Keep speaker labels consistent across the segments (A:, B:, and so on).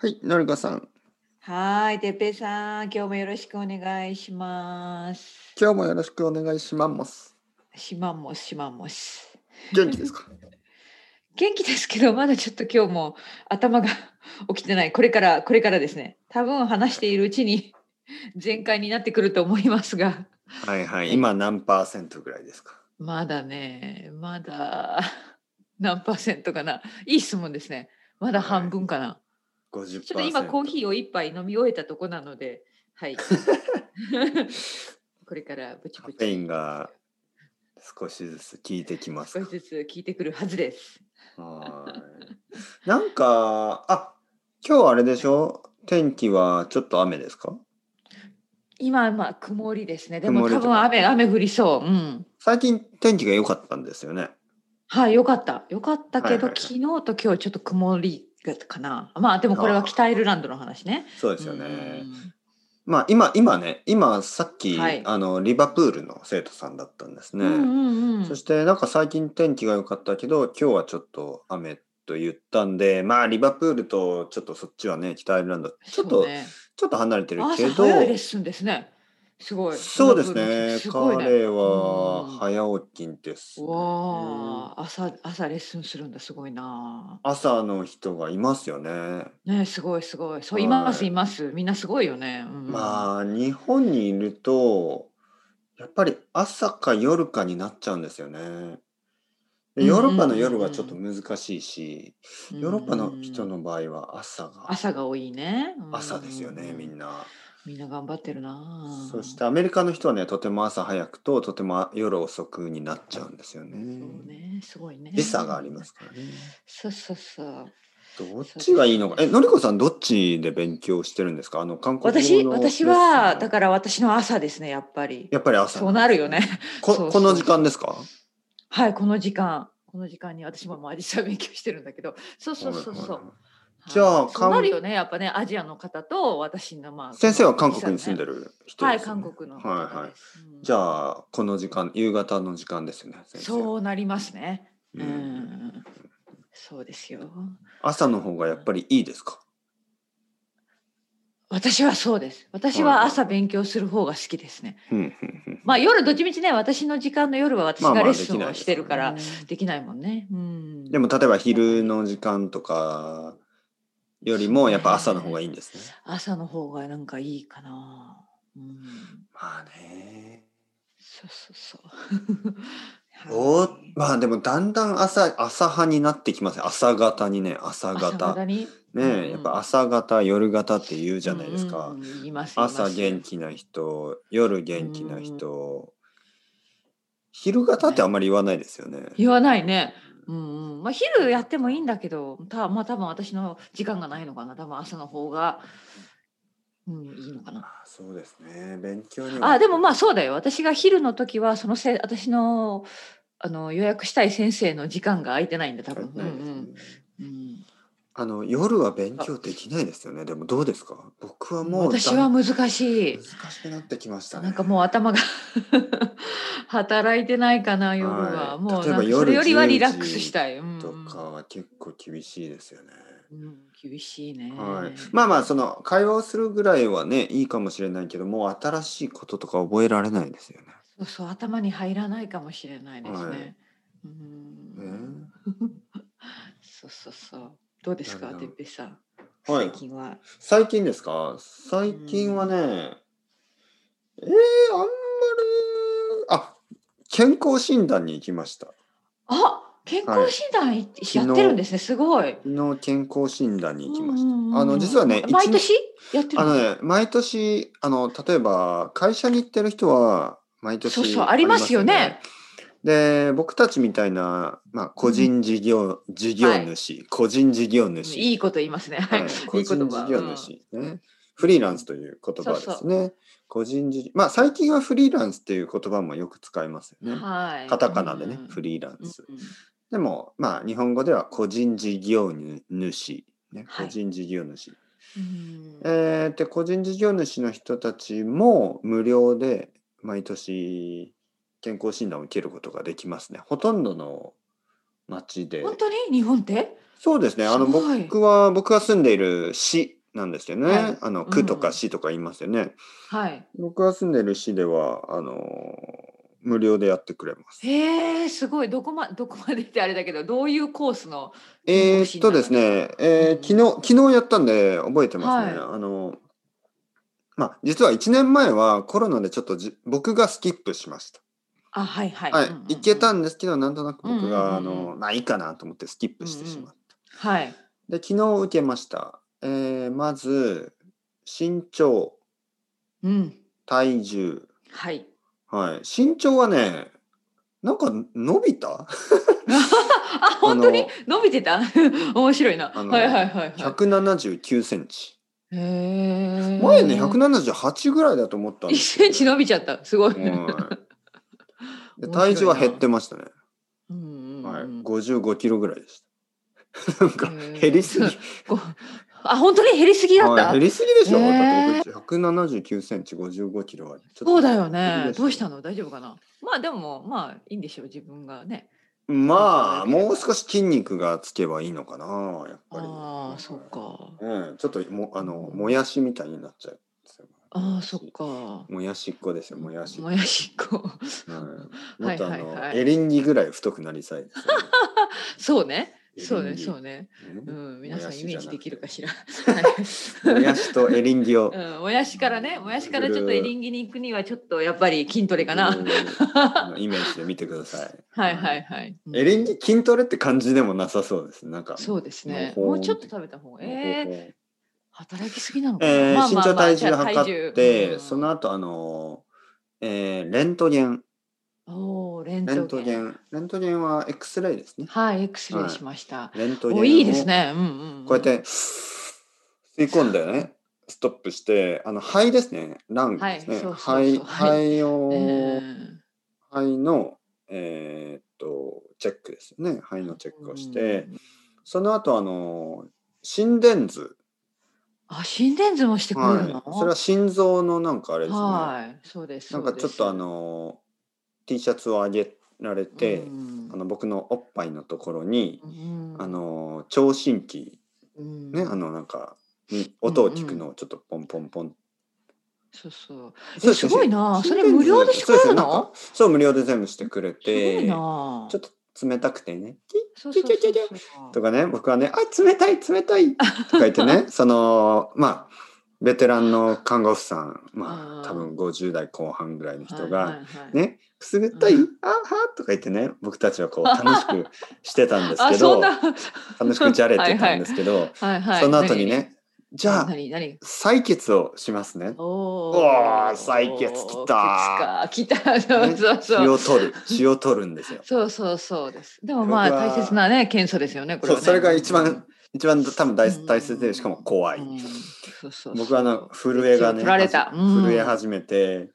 A: はい、のりこさん、
B: はーい、てっぺいさん、今日もよろしくお願いします。
A: 今日もよろしくお願いします。
B: しまんもしまんもし。
A: 元気ですか
B: 元気ですけど、まだちょっと今日も頭が 起きてない。これから、これからですね。多分話しているうちに 全開になってくると思いますが、
A: はいはい、今何パーセントぐらいですか
B: まだね、まだ 何パーセントかな。いい質問ですね。まだ半分かな。
A: ?50%。
B: ちょっと今コーヒーを一杯飲み終えたとこなので、はい。 これからブチブチ。
A: カフェインが少しずつ効いてきます
B: 少
A: か
B: しずつ聞いてくるはずです。
A: はーいなんか、あ今日あれでしょ天気はちょっと雨ですか
B: 今はまあ曇りですね。でも
A: 曇り
B: 多
A: とか
B: 分雨雨降りそう。うん。
A: 最近天気が良かったんですよね。
B: はい、よかった。よかったけ
A: はい
B: ど、
A: はいはい
B: 昨日と今日ちょっと曇りがかな。まあでもこれは北アイルランドの話ね。
A: そうで
B: です
A: よね。まあ今、今ね、今さっき、
B: はい
A: あの、リバプールの生徒さんだったんです
B: うん
A: ね。
B: うんうん。
A: そしてなんか最近天気が良かったけど今日はちょっと雨と言ったんでまあリバプールとちょっとそっちはね北アイルランドちょっ
B: そ
A: と、
B: うね、
A: ちょっと離れてるけ
B: 朝
A: ど
B: 早いレッスンですね。すごい。
A: そうですね
B: すごいね。
A: 彼は早起きんです、
B: わあ、朝朝レッスンするんだすごいな。
A: 朝の人がいますよね、
B: ねすごいすごい。そう
A: はい
B: いますいます。みんなすごいよね。うん、
A: まあ日本にいるとやっぱり朝か夜かになっちゃうんですよねでヨーロッパの夜はちょっと難しいし、
B: うん
A: ヨーロッパの人の場合は朝が
B: 朝が多いね。うん
A: 朝ですよねみん。な。
B: みんな頑張ってるな。
A: そしてアメリカの人はねとても朝早くととても夜遅くになっちゃうんですよね。
B: そうねすごいね。
A: 時差があります。からね。
B: そうそうそう。
A: どっちがいいのか。え、のりこさんどっちで勉強してるんですかあの韓国語の
B: 私私はだ
A: ら
B: から私の朝ですねやっぱり。
A: やっぱり朝
B: そうなるよね。
A: こ
B: そうそう
A: この時間ですか
B: はいこの時間この時間に私ももうアジサ勉強してるんだけど。そうそうそうそう。
A: はい
B: は
A: はい
B: い
A: じゃあ
B: そうな
A: 韓
B: るよねやっぱねアジアの方と私のまあ
A: 先生は韓国に住ん
B: る
A: でる人
B: はい
A: ですよ
B: 韓
A: ね、
B: 国の
A: はい
B: 方
A: はい
B: で。す。うん
A: じゃあこの時間夕方の時間ですよね。先生
B: そうなりますね。
A: う。
B: うんん。そうですよ。
A: 朝の方がやっぱりいいですか
B: 私はそうです。私は朝勉強する方が好きですね。
A: うんうんうん
B: まあ夜どっちみちね、私の時間の夜は私
A: まあまあ
B: がレッ
A: で
B: ス
A: き
B: ン
A: ない
B: を
A: です
B: してるから
A: ね
B: できないもんね。うん。
A: でも例えば昼の時間とかよりもやっぱ朝の方がいいんですね。
B: 朝の方がなんかいいかな。うん。
A: まあね。
B: そうそうそう。
A: おまあでもだんだん朝朝派になってきますね。朝方にね朝
B: 朝
A: 方。
B: 方に
A: ね
B: うん
A: えやっぱ朝方夜方って言うじゃないですか。
B: うんうんうん言います言います
A: 朝元気な人夜元気な人。昼方ってあんまり言わないですよね。
B: 言わないね。うんうんまあ、昼やってもいいんだけどたまあ多分私の時間がないのかな多分朝の方が、うん、いいのかな。
A: あそうですね勉強には
B: あでもまあそうだよ私が昼の時はそのせ私のあの予約したい先生の時間が空いてないんだ多分、うん
A: ないですね
B: うんうん
A: あの夜は勉強できないですよね。でもどうですか？僕はもうだ
B: 私は難しい
A: 難しくなってきましたね。
B: なんかもう頭が 働いてないかな夜は、
A: はい
B: もう
A: 例えば
B: なんかそれよりは
A: 夜10
B: リラックスしたい、うん
A: とかは結構厳しいですよね。
B: うん、厳しいね、
A: はい。まあまあその会話をするぐらいはねいいかもしれないけど、もう新しいこととか覚えられないですよね。
B: そうそう頭に入らないかもしれないですね。
A: はい
B: うん、 そうそうそう。どうです
A: なるほ
B: か、て
A: ど
B: っぺいさん。
A: えはい
B: 最。近は。
A: 最近ですか？最近はね、えー、あんまりあ健康診断に行きました。
B: あ、健康診断い
A: 日
B: やってるんですね。すごい。
A: 昨日健康診断に行きました。
B: うんうんうん
A: あの実はね
B: ま
A: 一
B: 毎年やってる
A: あのね、毎年、あの、例えば、会社に行ってる人は、毎年
B: そうそうありますよね
A: で、僕たちみたいな、まあ、個人事業、事業主、個人事業主。
B: いいこと言いますね。 はい。
A: はい
B: い
A: 個
B: い
A: 人
B: 言
A: 事
B: 葉。
A: 業
B: うん
A: 主、ね。フリーランスという言葉ですね。
B: そう
A: 個人事業、まあ、最近はフリーランスっていう言葉もよく使いますよね。
B: はい。
A: カタカナでね、
B: うん
A: フリーランス。
B: うんうん
A: でも、まあ、日本語では個人事業主、ね、
B: は
A: 個
B: い
A: 人事業主。
B: うん
A: えー、で個人事業主の人たちも無料で毎年健康診断を受けることができますね。ほとんどの街で。
B: 本当に日本って
A: そうですね。あの、
B: すごい
A: 僕は、僕が住んでいる市なんですよね。
B: はい
A: あの、
B: ん
A: 区とか市とか言いますよね。
B: はい。
A: 僕が住んでいる市では、あの、無料でやってくれます。
B: へえ、すごい。どこま、ど こまでってあれだけど、どういうコースの。
A: えーっとですね、えー
B: うん
A: 昨日、昨日やったんで覚えてますね。
B: は
A: あの、まあ、実は1年前はコロナでちょっとじ僕がスキップしました。
B: あ、はいはい。
A: はい、
B: うんうんうん
A: 行けた。んですけど、なんとなく僕が、
B: うんうんうんうん
A: あの、まあいいかなと思ってスキップしてしまった。
B: はい。
A: で、昨日受けました。えーまず、身長、
B: うん。
A: 体重。
B: はい。
A: はい。身長はね、なんか伸びた
B: あ、本当に
A: あ
B: 伸びてた 面白いな。
A: あの
B: はいはいはいはい。
A: ?179 センチ。
B: へえ。
A: 前ね、178ぐらいだと思ったん
B: 1
A: ですけど
B: センチ伸びちゃった。すごい。
A: はいで
B: 面白いな
A: 体重は減ってましたね。
B: うんうんうん
A: はい、55キロぐらいでした。 なんか
B: へー
A: 減りすぎ。
B: こ あ、本当に減りすぎだっ
A: は
B: た
A: い、減。りすぎでしょ。
B: へー
A: だって僕179センチ55キロは。ちょっと
B: そうだよね。どうした
A: の？
B: の？大丈夫かな。まあでもまあいいんでしょう。自分がね。
A: まあもう少し筋肉がつけばいいのかな。やっぱり。
B: ああ、そっ。か。
A: うん、ちょっともあのもやしみたいになっちゃう。
B: ああ、そっ。か。
A: もやしっこですよ。もやし。
B: もやしっこ。
A: はい、もっとあの、
B: はいはいはい
A: エリンギぐらい太くなりたいですよね、
B: そうね。 そう
A: エリン
B: ね。
A: ギ
B: そうね。う
A: うん
B: ん、皆さ
A: もや
B: ん
A: し
B: イ
A: じゃな
B: メー
A: くて
B: ジできるかしら。
A: もやしとエリンギを。
B: うん、もやしからね、もやしからちょっとエリンギに行くには、ちょっとやっぱり筋トレかな。
A: うんあのイメージで見てください。
B: はいはい。はい。うん
A: エリンギ筋トレって感じでもなさそうです。なんか。
B: そうですね。
A: もうほ
B: も
A: ん
B: うちょっと食べた方が。えー、
A: え
B: 働きすぎなのかな。
A: え
B: ま
A: ー
B: あ
A: 身
B: まあ
A: 長
B: まあ
A: 体
B: じゃ
A: 重
B: あ
A: 測っ
B: 体重
A: て、
B: うん
A: その後あのえーレントゲン、
B: おお、レン
A: レント
B: ト
A: ゲ
B: ゲン。
A: ン、レントゲンは X レイですね。
B: はい、X レイしました。
A: レントゲンを
B: お、いいですね。うんうんうん。
A: こうやって吸い込んだよね。ストップして、あの肺ですね。ラングですね。
B: はいそうそうそう
A: 肺、
B: はい
A: 肺
B: う
A: を、
B: ん。
A: 肺の、えーっと、チェックですよね。肺のチェックをして、
B: うん、
A: その後あの心電図、
B: あ、心電図もしてくれるの
A: は。い、それは心臓のなんかあれですね、
B: はい、そうです。
A: なんかちょっと
B: そうです
A: あ、の T シャツを上げられて、
B: うん
A: あの僕のおっぱいのところに、
B: うん
A: あ、の聴診器
B: うん
A: ね、あのなんかに音を聞くのをちょっとポンポンポン、
B: そうそう。
A: そうです
B: ごいな
A: 心
B: それ
A: 電図
B: 無料でしてくれ
A: そうですな
B: るの
A: んかそう無料で全部してくれ
B: すご
A: て
B: い
A: ち
B: な
A: ょ
B: あ。
A: っと冷たくてね
B: そうそうそうそう
A: キュキュキュとかね僕はね「あ冷たい冷たい」とか言って ねそのまあベテランの看護婦さんま
B: あ
A: あ
B: ー
A: 多分50代後半ぐらいの人
B: はい
A: が
B: はいはい
A: 「ねくすぐったい、
B: うん
A: あは」とか言ってね僕たちはこう楽しくしてたんです
B: あ、
A: け
B: そ
A: ど
B: んな。
A: 楽しくじゃれてたんですけど
B: はいはい。
A: その後にね「じ
B: 何。
A: ゃあ
B: 何何。
A: 採血をします ね」
B: お
A: おー採血きた
B: 血か来た。そうそう
A: 血
B: そう。
A: を取る血を取るんですよ。
B: そうそうそうです。でもまあ
A: 僕は
B: 大切なね検査ですよね。これはね
A: そうそれが一番一番多分大
B: うん
A: 大切でしかも怖い。
B: うんそうそうそう
A: 僕はあの震えがね
B: 取られた。うん
A: 震え始め て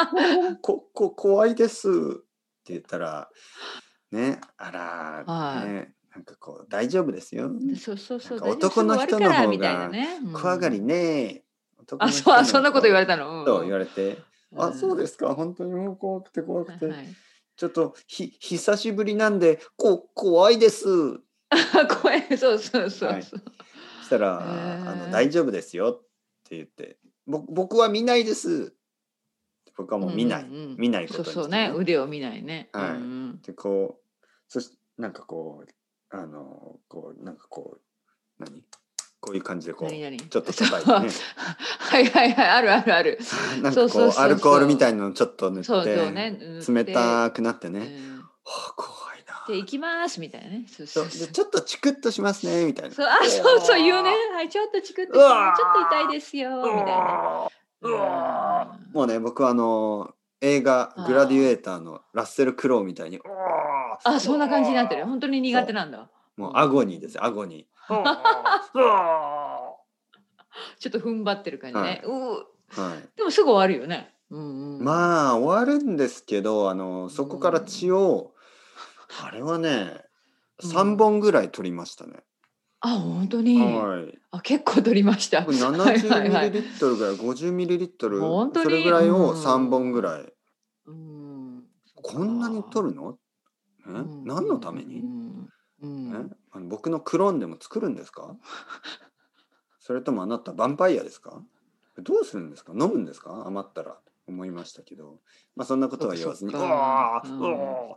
A: 「ここ怖いです」って言ったらねあら、
B: はい
A: ねなんかこう「大丈夫ですよ」
B: そうそうそう。
A: なんか男の人の方が
B: 大丈夫すぐ終わるからみたいなねうん
A: 怖がりね男の
B: あ、
A: 人
B: そう、あそんなこと言わ
A: れ
B: れたの。
A: そう言わ
B: れ。
A: れて「あそうですすか本当にもう怖くて怖くて、
B: はいはい
A: ちょっとひ久しぶりなんでこ怖いです」
B: あ、怖い、 そうそうそう。
A: はいしたら、
B: へー
A: あの「大丈夫ですよ」って言って「ぼ僕は見ないです」僕はもう見ない、
B: うんうんうん
A: 見ないこと
B: そう
A: にして
B: そうね、腕を見ないね。
A: はい
B: うんうん
A: でこうそしてなんかこうあのこうなんかこう何こういう感じでこう
B: 何々
A: ちょっと叩いてね
B: はいはいはい、あるあるある。
A: なん
B: そ
A: か
B: うそ
A: こ
B: う
A: う
B: そう
A: アルコールみたいなのちょっと塗って
B: そうそうね。うん
A: 冷たくなって
B: で
A: ね、
B: うん
A: はあ怖いな
B: で、行きますみたいなね。そう
A: そ
B: そううそ
A: で
B: う。
A: ちょっとチクッとしますねみたいな
B: そうあ、そうそう言うね。はい、ちょっとチクッとして
A: う
B: ね
A: わー
B: ちょっと痛いですよみたいな。
A: うわ
B: うん
A: もうね僕はあの映画
B: あ
A: 「
B: ー
A: グラディエーター」のラッセル・クロウみたいにうわー
B: あ、そんな感じになってる。
A: うわ
B: 本当に苦手なんだ。
A: ーもうアゴニーですアゴニー うわ
B: ちょっと踏ん張ってる感じね。うう
A: ーはい
B: でもすぐ終わるよね。うんうん。あ、
A: まあ終わるんですけどあのそこから血をあれはね
B: うん
A: 3本ぐらい取りましたね。
B: 本当に。
A: はい。
B: あ、結構取りました。
A: 僕
B: はいはいは
A: 70
B: い
A: ミリリットルぐらい、50ミリリットル、
B: 本当
A: そ
B: に
A: れぐらいを
B: うん
A: 3本ぐらい。
B: うん
A: こんなに取るの？え
B: うん
A: 何のために
B: う？ん
A: え
B: うん、
A: あの僕のクローンでも作るんです かそれともあなたヴァンパイアですかどうするんですか飲むんですか余ったら思いましたけど、まあ、そんなことは言わずに「う
B: そっか
A: わ
B: そっ
A: ー
B: か
A: うわ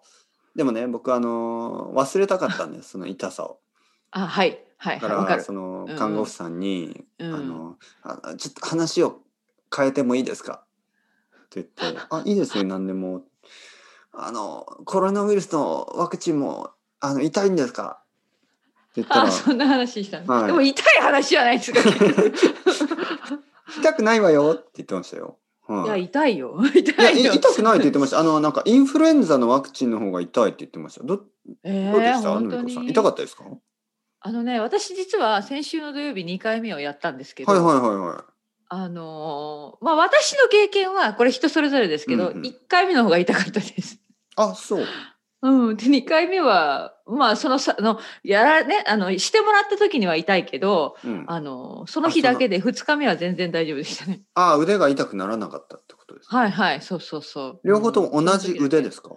A: ーでもね僕あのー忘れたかったんですその痛さを。
B: あはいはい
A: だか
B: はいわからる
A: その
B: うんうん
A: 看護婦さんに「
B: うん
A: あのあちょっと話を変えてもいいですか?」って言って「あいいですよ何でも」あの「コロナウイルスのワクチンもあの痛いんですか?」って言った
B: あ
A: ら
B: そんな話したの、
A: はい
B: でも痛い話じゃないですか、
A: 痛くないわよって言ってましたよ。はいい、
B: や
A: い
B: 痛いよ痛
A: や
B: いよ
A: い痛くないって言ってました。あのなんかインフルエンザのワクチンの方が痛いって言ってました。どど
B: え
A: うで
B: ー
A: した、
B: 本
A: のり
B: 当
A: こさん
B: に
A: 痛かったですか？はい
B: あのね私実は先週の土曜日2回目をやったんですけど、
A: はいはいは
B: あのーまあ私の経験はこれ人それぞれですけど、
A: うんうん
B: 1回目の方が痛かったです。
A: い。あそう。
B: うん、で2回目はまあそのさあのやらねあのしてもらった時には痛いけど
A: うん、あ
B: あのその日だけで2日目は全然大丈夫でしたね。
A: あ腕が痛くならなかったってことですか。
B: はいはいそうそうそう。。
A: 両方とも同じ腕ですすか？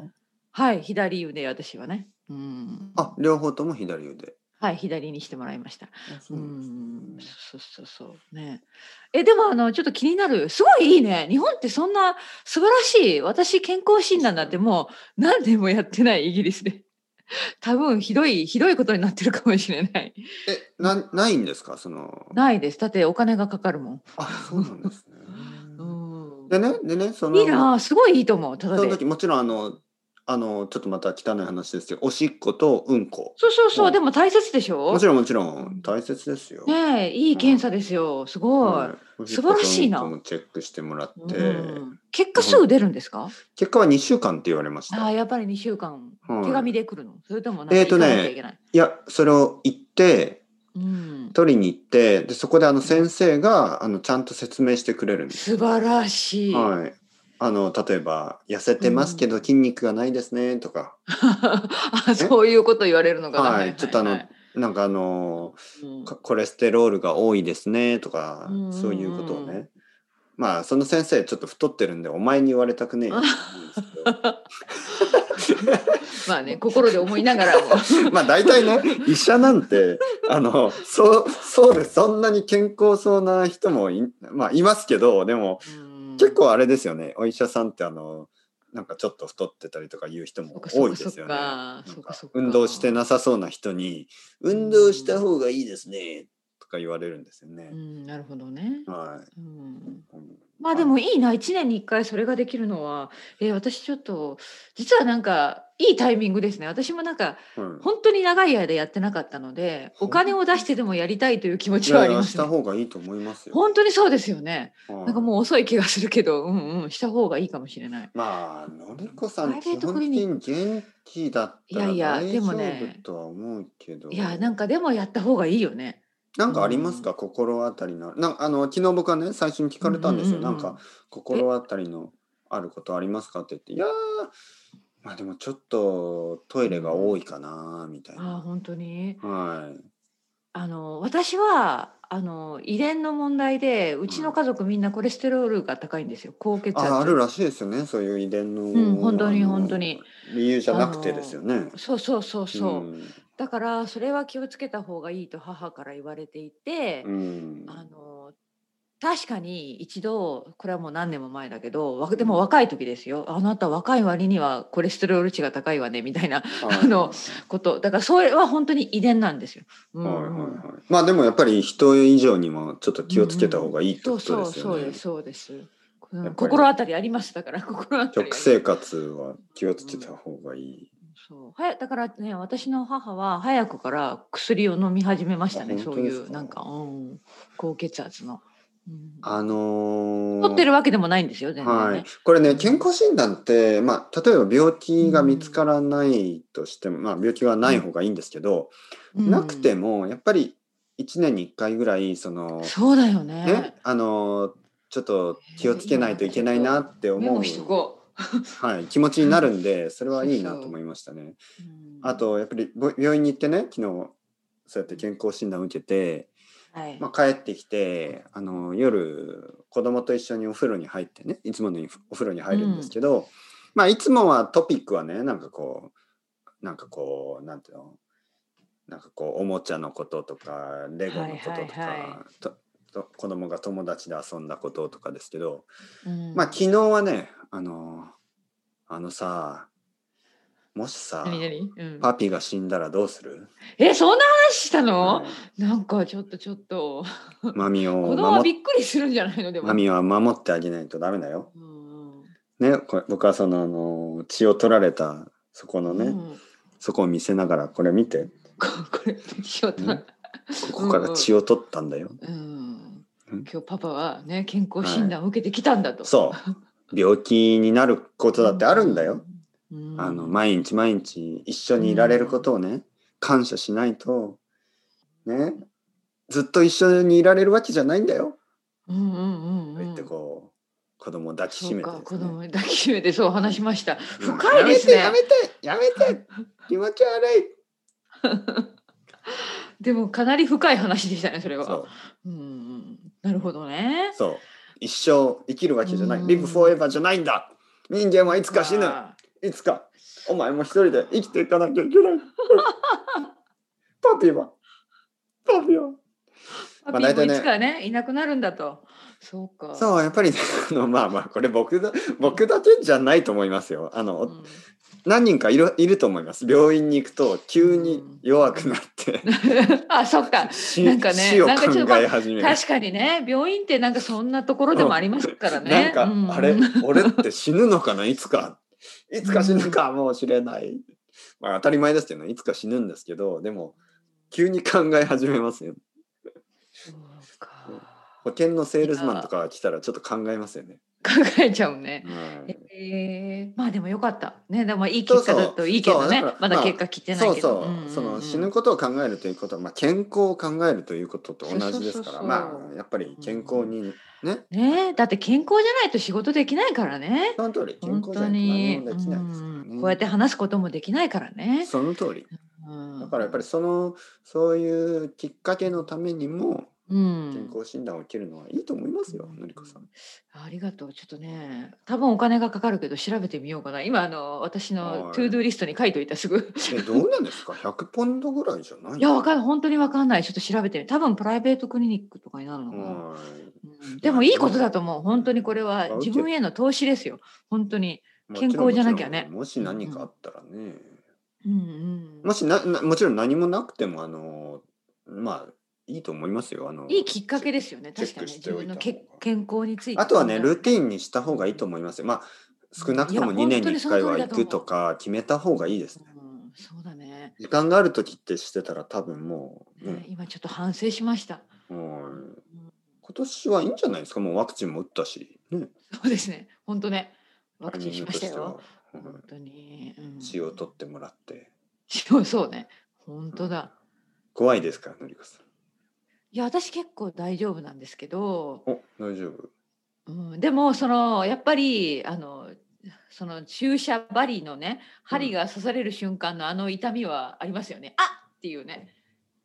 B: はい左腕私はね。うん、
A: あ両方とも左腕。
B: はい左にしてもらいました。
A: あそううなんですね
B: んそうそうそうねえでもあのちょっと気になるすごいいいね日本ってそんな素晴らしい私健康診断なんてもう何年もやってない イギリスで多分ひどいひどいことになってるかもしれない
A: えなないんですかその。
B: ないですだってお金がかかるもん
A: あそうなんですね。
B: うん
A: でねでねその
B: いいなすごいいいと思うただ
A: そ
B: で
A: の時もちろんあのあのちょっとまた汚い話ですけどおしっことうんこ。
B: そうそうそううんでも大切でしょ
A: もちろんもちろん大切ですよ。
B: ねえいい検査ですよすごい、
A: はい
B: 素晴らしいな
A: おしっことうんこもチェックしてもらって、
B: うん結果すぐ出るんですか、
A: 結果は2週間って言われました。
B: ああやっぱり2週間
A: はい
B: 手紙で来るのそれともなんか
A: え
B: 行
A: ーと
B: か
A: ね
B: なきゃいけない、
A: いやそれを行って
B: うん、
A: 取りに行ってでそこであの先生があのちゃんと説明してくれるんです。
B: 素晴らしい、
A: はいあの例えば「痩せてますけど筋肉がないですね」とか、
B: あそういうこと言われるのかな、
A: はいちょっとあのなんかあの
B: うん
A: かコレステロールが多いですねとか、
B: うんうんうん
A: そういうことをねまあその先生ちょっと太ってるんでお前に言われたくねえよって思うんです
B: まあね心で思いな がらも
A: けどまあ大体ね医者なんてあのそうそうですそんなに健康そうな人もい,、まあ、いますけどでも
B: うん
A: 結構あれですよねお医者さんってあのなんかちょっと太ってたりとかいう人も多いですよね。
B: そっかそっかそっかそっか
A: なんか
B: そっか
A: 運動してなさそうな人に「運動した方がいいですね」とか言われるんですよね。
B: うんなるほどね、
A: は
B: うん、
A: い。
B: まあでもいいな1年に1回それができるのは、えー私ちょっと実はなんかいいタイミングですね私もなんか
A: うん
B: 本当に長い間やってなかったのでお金を出してでもやりたいという気持
A: い
B: ちはあ
A: やい
B: り
A: や
B: ま
A: し
B: す、
A: た
B: ね、
A: 方がいいと思いますよ。
B: 本当にそうですよね
A: は
B: なんかもう遅い気がするけどうんうんした方がいいかもしれない
A: いまあのりこさん
B: プライ
A: 基
B: ベート
A: 本
B: クリ
A: 的
B: ニッ
A: に元気だったら
B: いやいや
A: 大
B: で
A: 丈
B: も
A: 夫
B: ね
A: とは思うけど。
B: いやなんかでもやった方がいいよね
A: なんかありますか心当たりのなんあの昨日僕はね最初に聞かれたんですよ、
B: うんうんうんうん
A: なんか心当たりのあることありますかって言っていやーまあでもちょっとトイレが多いかなみたい
B: ああ
A: な。
B: 本当に
A: はい。
B: あの私はあの遺伝の問題でうちの家族みんなコレステロールが高いんですよ高血圧
A: ああるらしいですよねそういう遺伝の、
B: ん本当に
A: あの
B: 本当に
A: 理由じゃなくてですよね。
B: そうそうそうそう、
A: ん
B: だからそれは気をつけた方がいいと母から言われていて、
A: うん
B: あの確かに一度これはもう何年も前だけどわでも若い時ですよあなた若い割にはコレステロール値が高いわねみたいな
A: はい
B: あのことだからそれは本当に遺伝なんですよ。うん
A: はいはい
B: うん
A: はい。まあでもやっぱり人以上にもちょっと気をつけた方がいいって
B: そ
A: こ
B: うそ
A: と
B: う
A: です
B: そ
A: よ
B: う
A: ね
B: です。そうです。
A: ぱ
B: う
A: り
B: ん心当たりありますだから心当たりあり
A: 食
B: ます
A: 生活は気をつけた方がいい。
B: そうはやだからね私の母は早くから薬を飲み始めましたね
A: あ
B: そ
A: 本
B: う
A: 当
B: い
A: ですか
B: うなんか、うん、高血圧の、うん、
A: あのー
B: 取ってるわけでもないんですよ全然ね、
A: はい、これね健康診断って、まあ、例えば病気が見つからないとしても、まあ、病気はない方がいいんですけど、
B: うん
A: なくてもやっぱり1年に1回ぐらいその、
B: そうだよね
A: ねあのーちょっと気をつけないといけないなって
B: メ
A: 思う
B: モ、しとこ
A: はい、気持ちになるんでそれはいいなと思いましたね。
B: う、うん
A: あ、とやっぱりぼ病院に行ってね昨日そうやって健康診断受けて、
B: はい
A: まあ、帰ってきてあの夜子供と一緒にお風呂に入ってねいつものようにお風呂に入るんですけど、まあいつもはトピックはねなんかこうなんかこうなんていうのなんかこうおもちゃのこととかレゴのこととか、
B: はいはいは
A: とと子供が友達で遊んだこととかですけど、
B: うん
A: まあ昨日はねあのあのさもしさ
B: 何々うん、
A: パピが死んだらどうする、
B: えそんな話したの
A: は、
B: なんかちょっとちょっと
A: いマミを
B: 子供は
A: 守
B: び
A: っ
B: っくりするんじゃないのでも
A: マミは守ってあげないとダメだよ。
B: うん
A: ね、これ僕はそのあの血を取られたそこのね、
B: うん
A: そこを見せながらこれ見て
B: ここれしようと
A: うんここから血を取ったんだよ。
B: うん
A: うん
B: 今日パパはね健康診断を受けてきたんだと、
A: そう病気になることだってあるんだよ。
B: うん、
A: あの毎日毎日一緒にいられることをね感謝しないとねずっと一緒にいられるわけじゃないんだよ。
B: うんうんうんうん
A: 言ってこう子供を抱きしめて
B: そう
A: で
B: か子
A: すね、
B: 供に抱きしめてそう話しました
A: うん
B: 深いですね
A: やめてやめてやめ て気持ち悪い。
B: でもかなり深い話でしたねそれは
A: そう
B: うんうんなるほどね
A: そう一生生きるわけじゃない
B: うん
A: Live forever じゃないんだ人間はいつか死ぬ
B: あ
A: いつかお前も一人で生きていかなきゃいけない パピはパピは
B: ー
A: ま
B: パ
A: あ
B: ピ
A: 大
B: ーも
A: 体
B: い
A: ね
B: つかねいなくなるんだとそうかう、
A: そうやっぱりね あのまあまあこれ僕だ僕だけじゃないと思いますよあの、
B: うん
A: 何人かいるいると思います病院に行くと急に弱くなって、
B: あそっか
A: 死
B: なんかね
A: 死を考
B: なんかちょっとまあ
A: え始める
B: 確かにね病院ってなんかそんなところでもありますからね
A: なんか、
B: う
A: あれ
B: うん
A: 俺って死ぬのかないつかいつか死ぬかもしれない、まあ、当たり前ですけどねいつか死ぬんですけどでも急に考え始めますよ
B: そうか
A: 保険のセールスマンとか来たらちょっと考えますよね、
B: 考えちゃうね
A: はい
B: えー、まあでもよかったねでもいい結果だといいけど
A: そ
B: ね
A: うそうそうだから
B: まだ結果切ってな
A: そ
B: いうけ
A: そ
B: ど
A: う、
B: んんん
A: その死ぬことを考えるということは、まあ、健康を考えるということと同じですから
B: そうそうそうそう
A: まあやっぱり健康にね、
B: ねえだって健康じゃないと仕事できないからね
A: その通り健康
B: 本
A: じゃ
B: 当
A: 何
B: に
A: もできないですからね、
B: うんこうやって話すこともできないからね、
A: その通り
B: うん、
A: だからやっぱりそのそういうきっかけのためにも
B: うん
A: 健康診断を受けるのはいいと思いますよ、のりこさん。
B: ありがとうちょっとね多分お金がかかるけど調べてみようかな今あの私
A: は
B: の
A: い
B: トゥードゥーリストに書いといた すぐ
A: え、どうなんですか ?100 ポンドぐらいじゃない
B: いやわかんない本当にわかんないちょっと調べてみ多分プライベートクリニックとかになるのかな、
A: はい
B: うんでもいいことだと思う本当にこれは
A: まあ
B: 自分への投資ですよ本当に
A: もちろ
B: 健
A: ん
B: 康じゃなきゃね
A: もちろんもし何かあったらね。
B: うんうん
A: もしなな、もちろん何もなくても、あの、まあ、いいと思いますよ。あの
B: いいきっかけですよね確かに
A: チ
B: ね
A: ェックし
B: 自
A: ておい
B: 分
A: た
B: の
A: 方が
B: け健康について
A: あとはね、
B: 考え
A: ルーティンにした方がいいと思いますよ。まあ、少なくとも
B: いや
A: 2年に
B: 本当に
A: 1
B: その
A: 回
B: 通
A: は行
B: りだと思
A: く
B: う
A: とか決めた方がいいですね。
B: うんそうだね
A: 時間がある時ってしてたら多分もう、
B: ね
A: ね、
B: 今ちょっと反省しました
A: うん
B: うん
A: 今年はいいんじゃないですかもうワクチンも打ったし、ね、
B: そうですね本当ねワクチンしましたよ
A: タイミングとしては。
B: 本当に
A: うん血を取
B: っ
A: ってもらって
B: そうそうね本当だ
A: 怖いですかのりこさん
B: いや私結構大丈夫なんですけど
A: お大丈夫
B: うん、でもそのやっぱりあのその注射針のね針が刺される瞬間のあの痛みはありますよね、あっていうね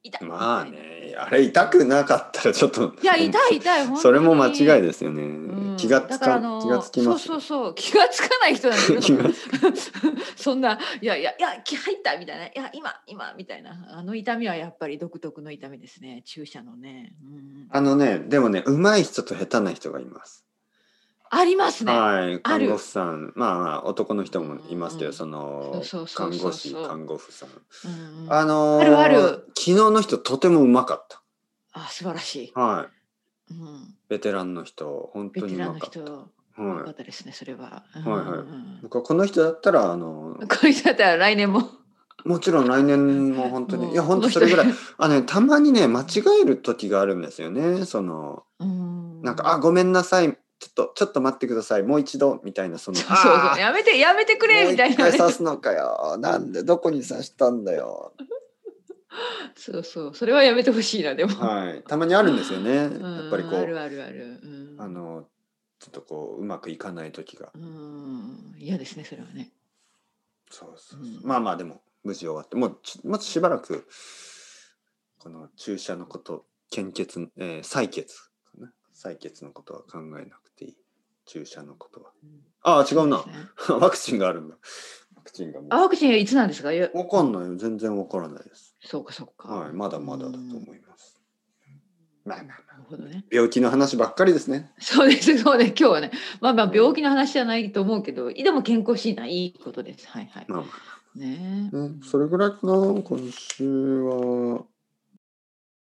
B: 痛い
A: まあねあれ痛くなかったらちょっと
B: いや痛い痛い本当 に
A: それも間違いですよね、
B: うん
A: 気がつ
B: だら
A: か
B: あの
A: 気がつきます
B: そうそうそう気がつかない人なんだ け
A: 気が
B: ど そんないやいやいや気入ったみたいないや今今みたいなあの痛みはやっぱり独特の痛みですね注射のね、うん、
A: あのねでもね上手い人と下手な人がいます、
B: ありますね
A: はい
B: ある
A: 看護婦さんまあまあ男の人もいますけど、
B: うん
A: その
B: そうそうそう
A: 看
B: そう
A: 護師看護婦さん、
B: うんうん
A: あのー
B: あるある
A: 昨日の人とてもうまかっ
B: あ素晴らしい、
A: たはい
B: うん、
A: ベテランの人本
B: ベ
A: 当に
B: テ
A: う
B: ラ
A: ま
B: ンの
A: かった
B: 人よか
A: は
B: ったですね、それは。
A: はいはい
B: うん
A: い僕はこの人だったらあの
B: これだったら来年も。
A: もちろん来年も本当
B: も
A: に
B: う
A: いや本当それぐ らい。あのねたまにね間違える時があるんですよねその
B: な
A: なんか「あごめんなさいちょっとちょっと待ってくださいもう一度」みたいなその「
B: そうそう
A: あー
B: そう、やめて、やめてくれみたい
A: もう
B: な
A: 一回
B: ね。
A: 刺すのかよなんでどこに刺したんだよ
B: そうそう、それはやめてほしいな、でも。」
A: はいたまにあるんですよねや
B: うん
A: っぱりこ
B: ある
A: う
B: あるある。うん
A: あのちょっとこううまくいかない時が
B: うん、嫌ですね、それはね。
A: そうそうそう、
B: うん
A: まあまあでも無事終わってもうちまずしばらくこの注射のこと献血、えー採血かな採血のことは考えなくていい注射のことはああ違うな、
B: そですね
A: ワクチンがあるんだワクチンがもう
B: あワクチンはいつなんですかよ
A: わかんないよ。全然わからないです。
B: そうかそうか。
A: はい。まだまだだと思います。まあまあま
B: なるほどね
A: あ。。病気の話ばっかりですね。
B: そうです、そうね、今日はね、まあまあ病気の話じゃないと思うけど、でも健康診断いいことです。はいはい。
A: まあま
B: ねえ
A: あ、ね。それぐらいかな。今週は、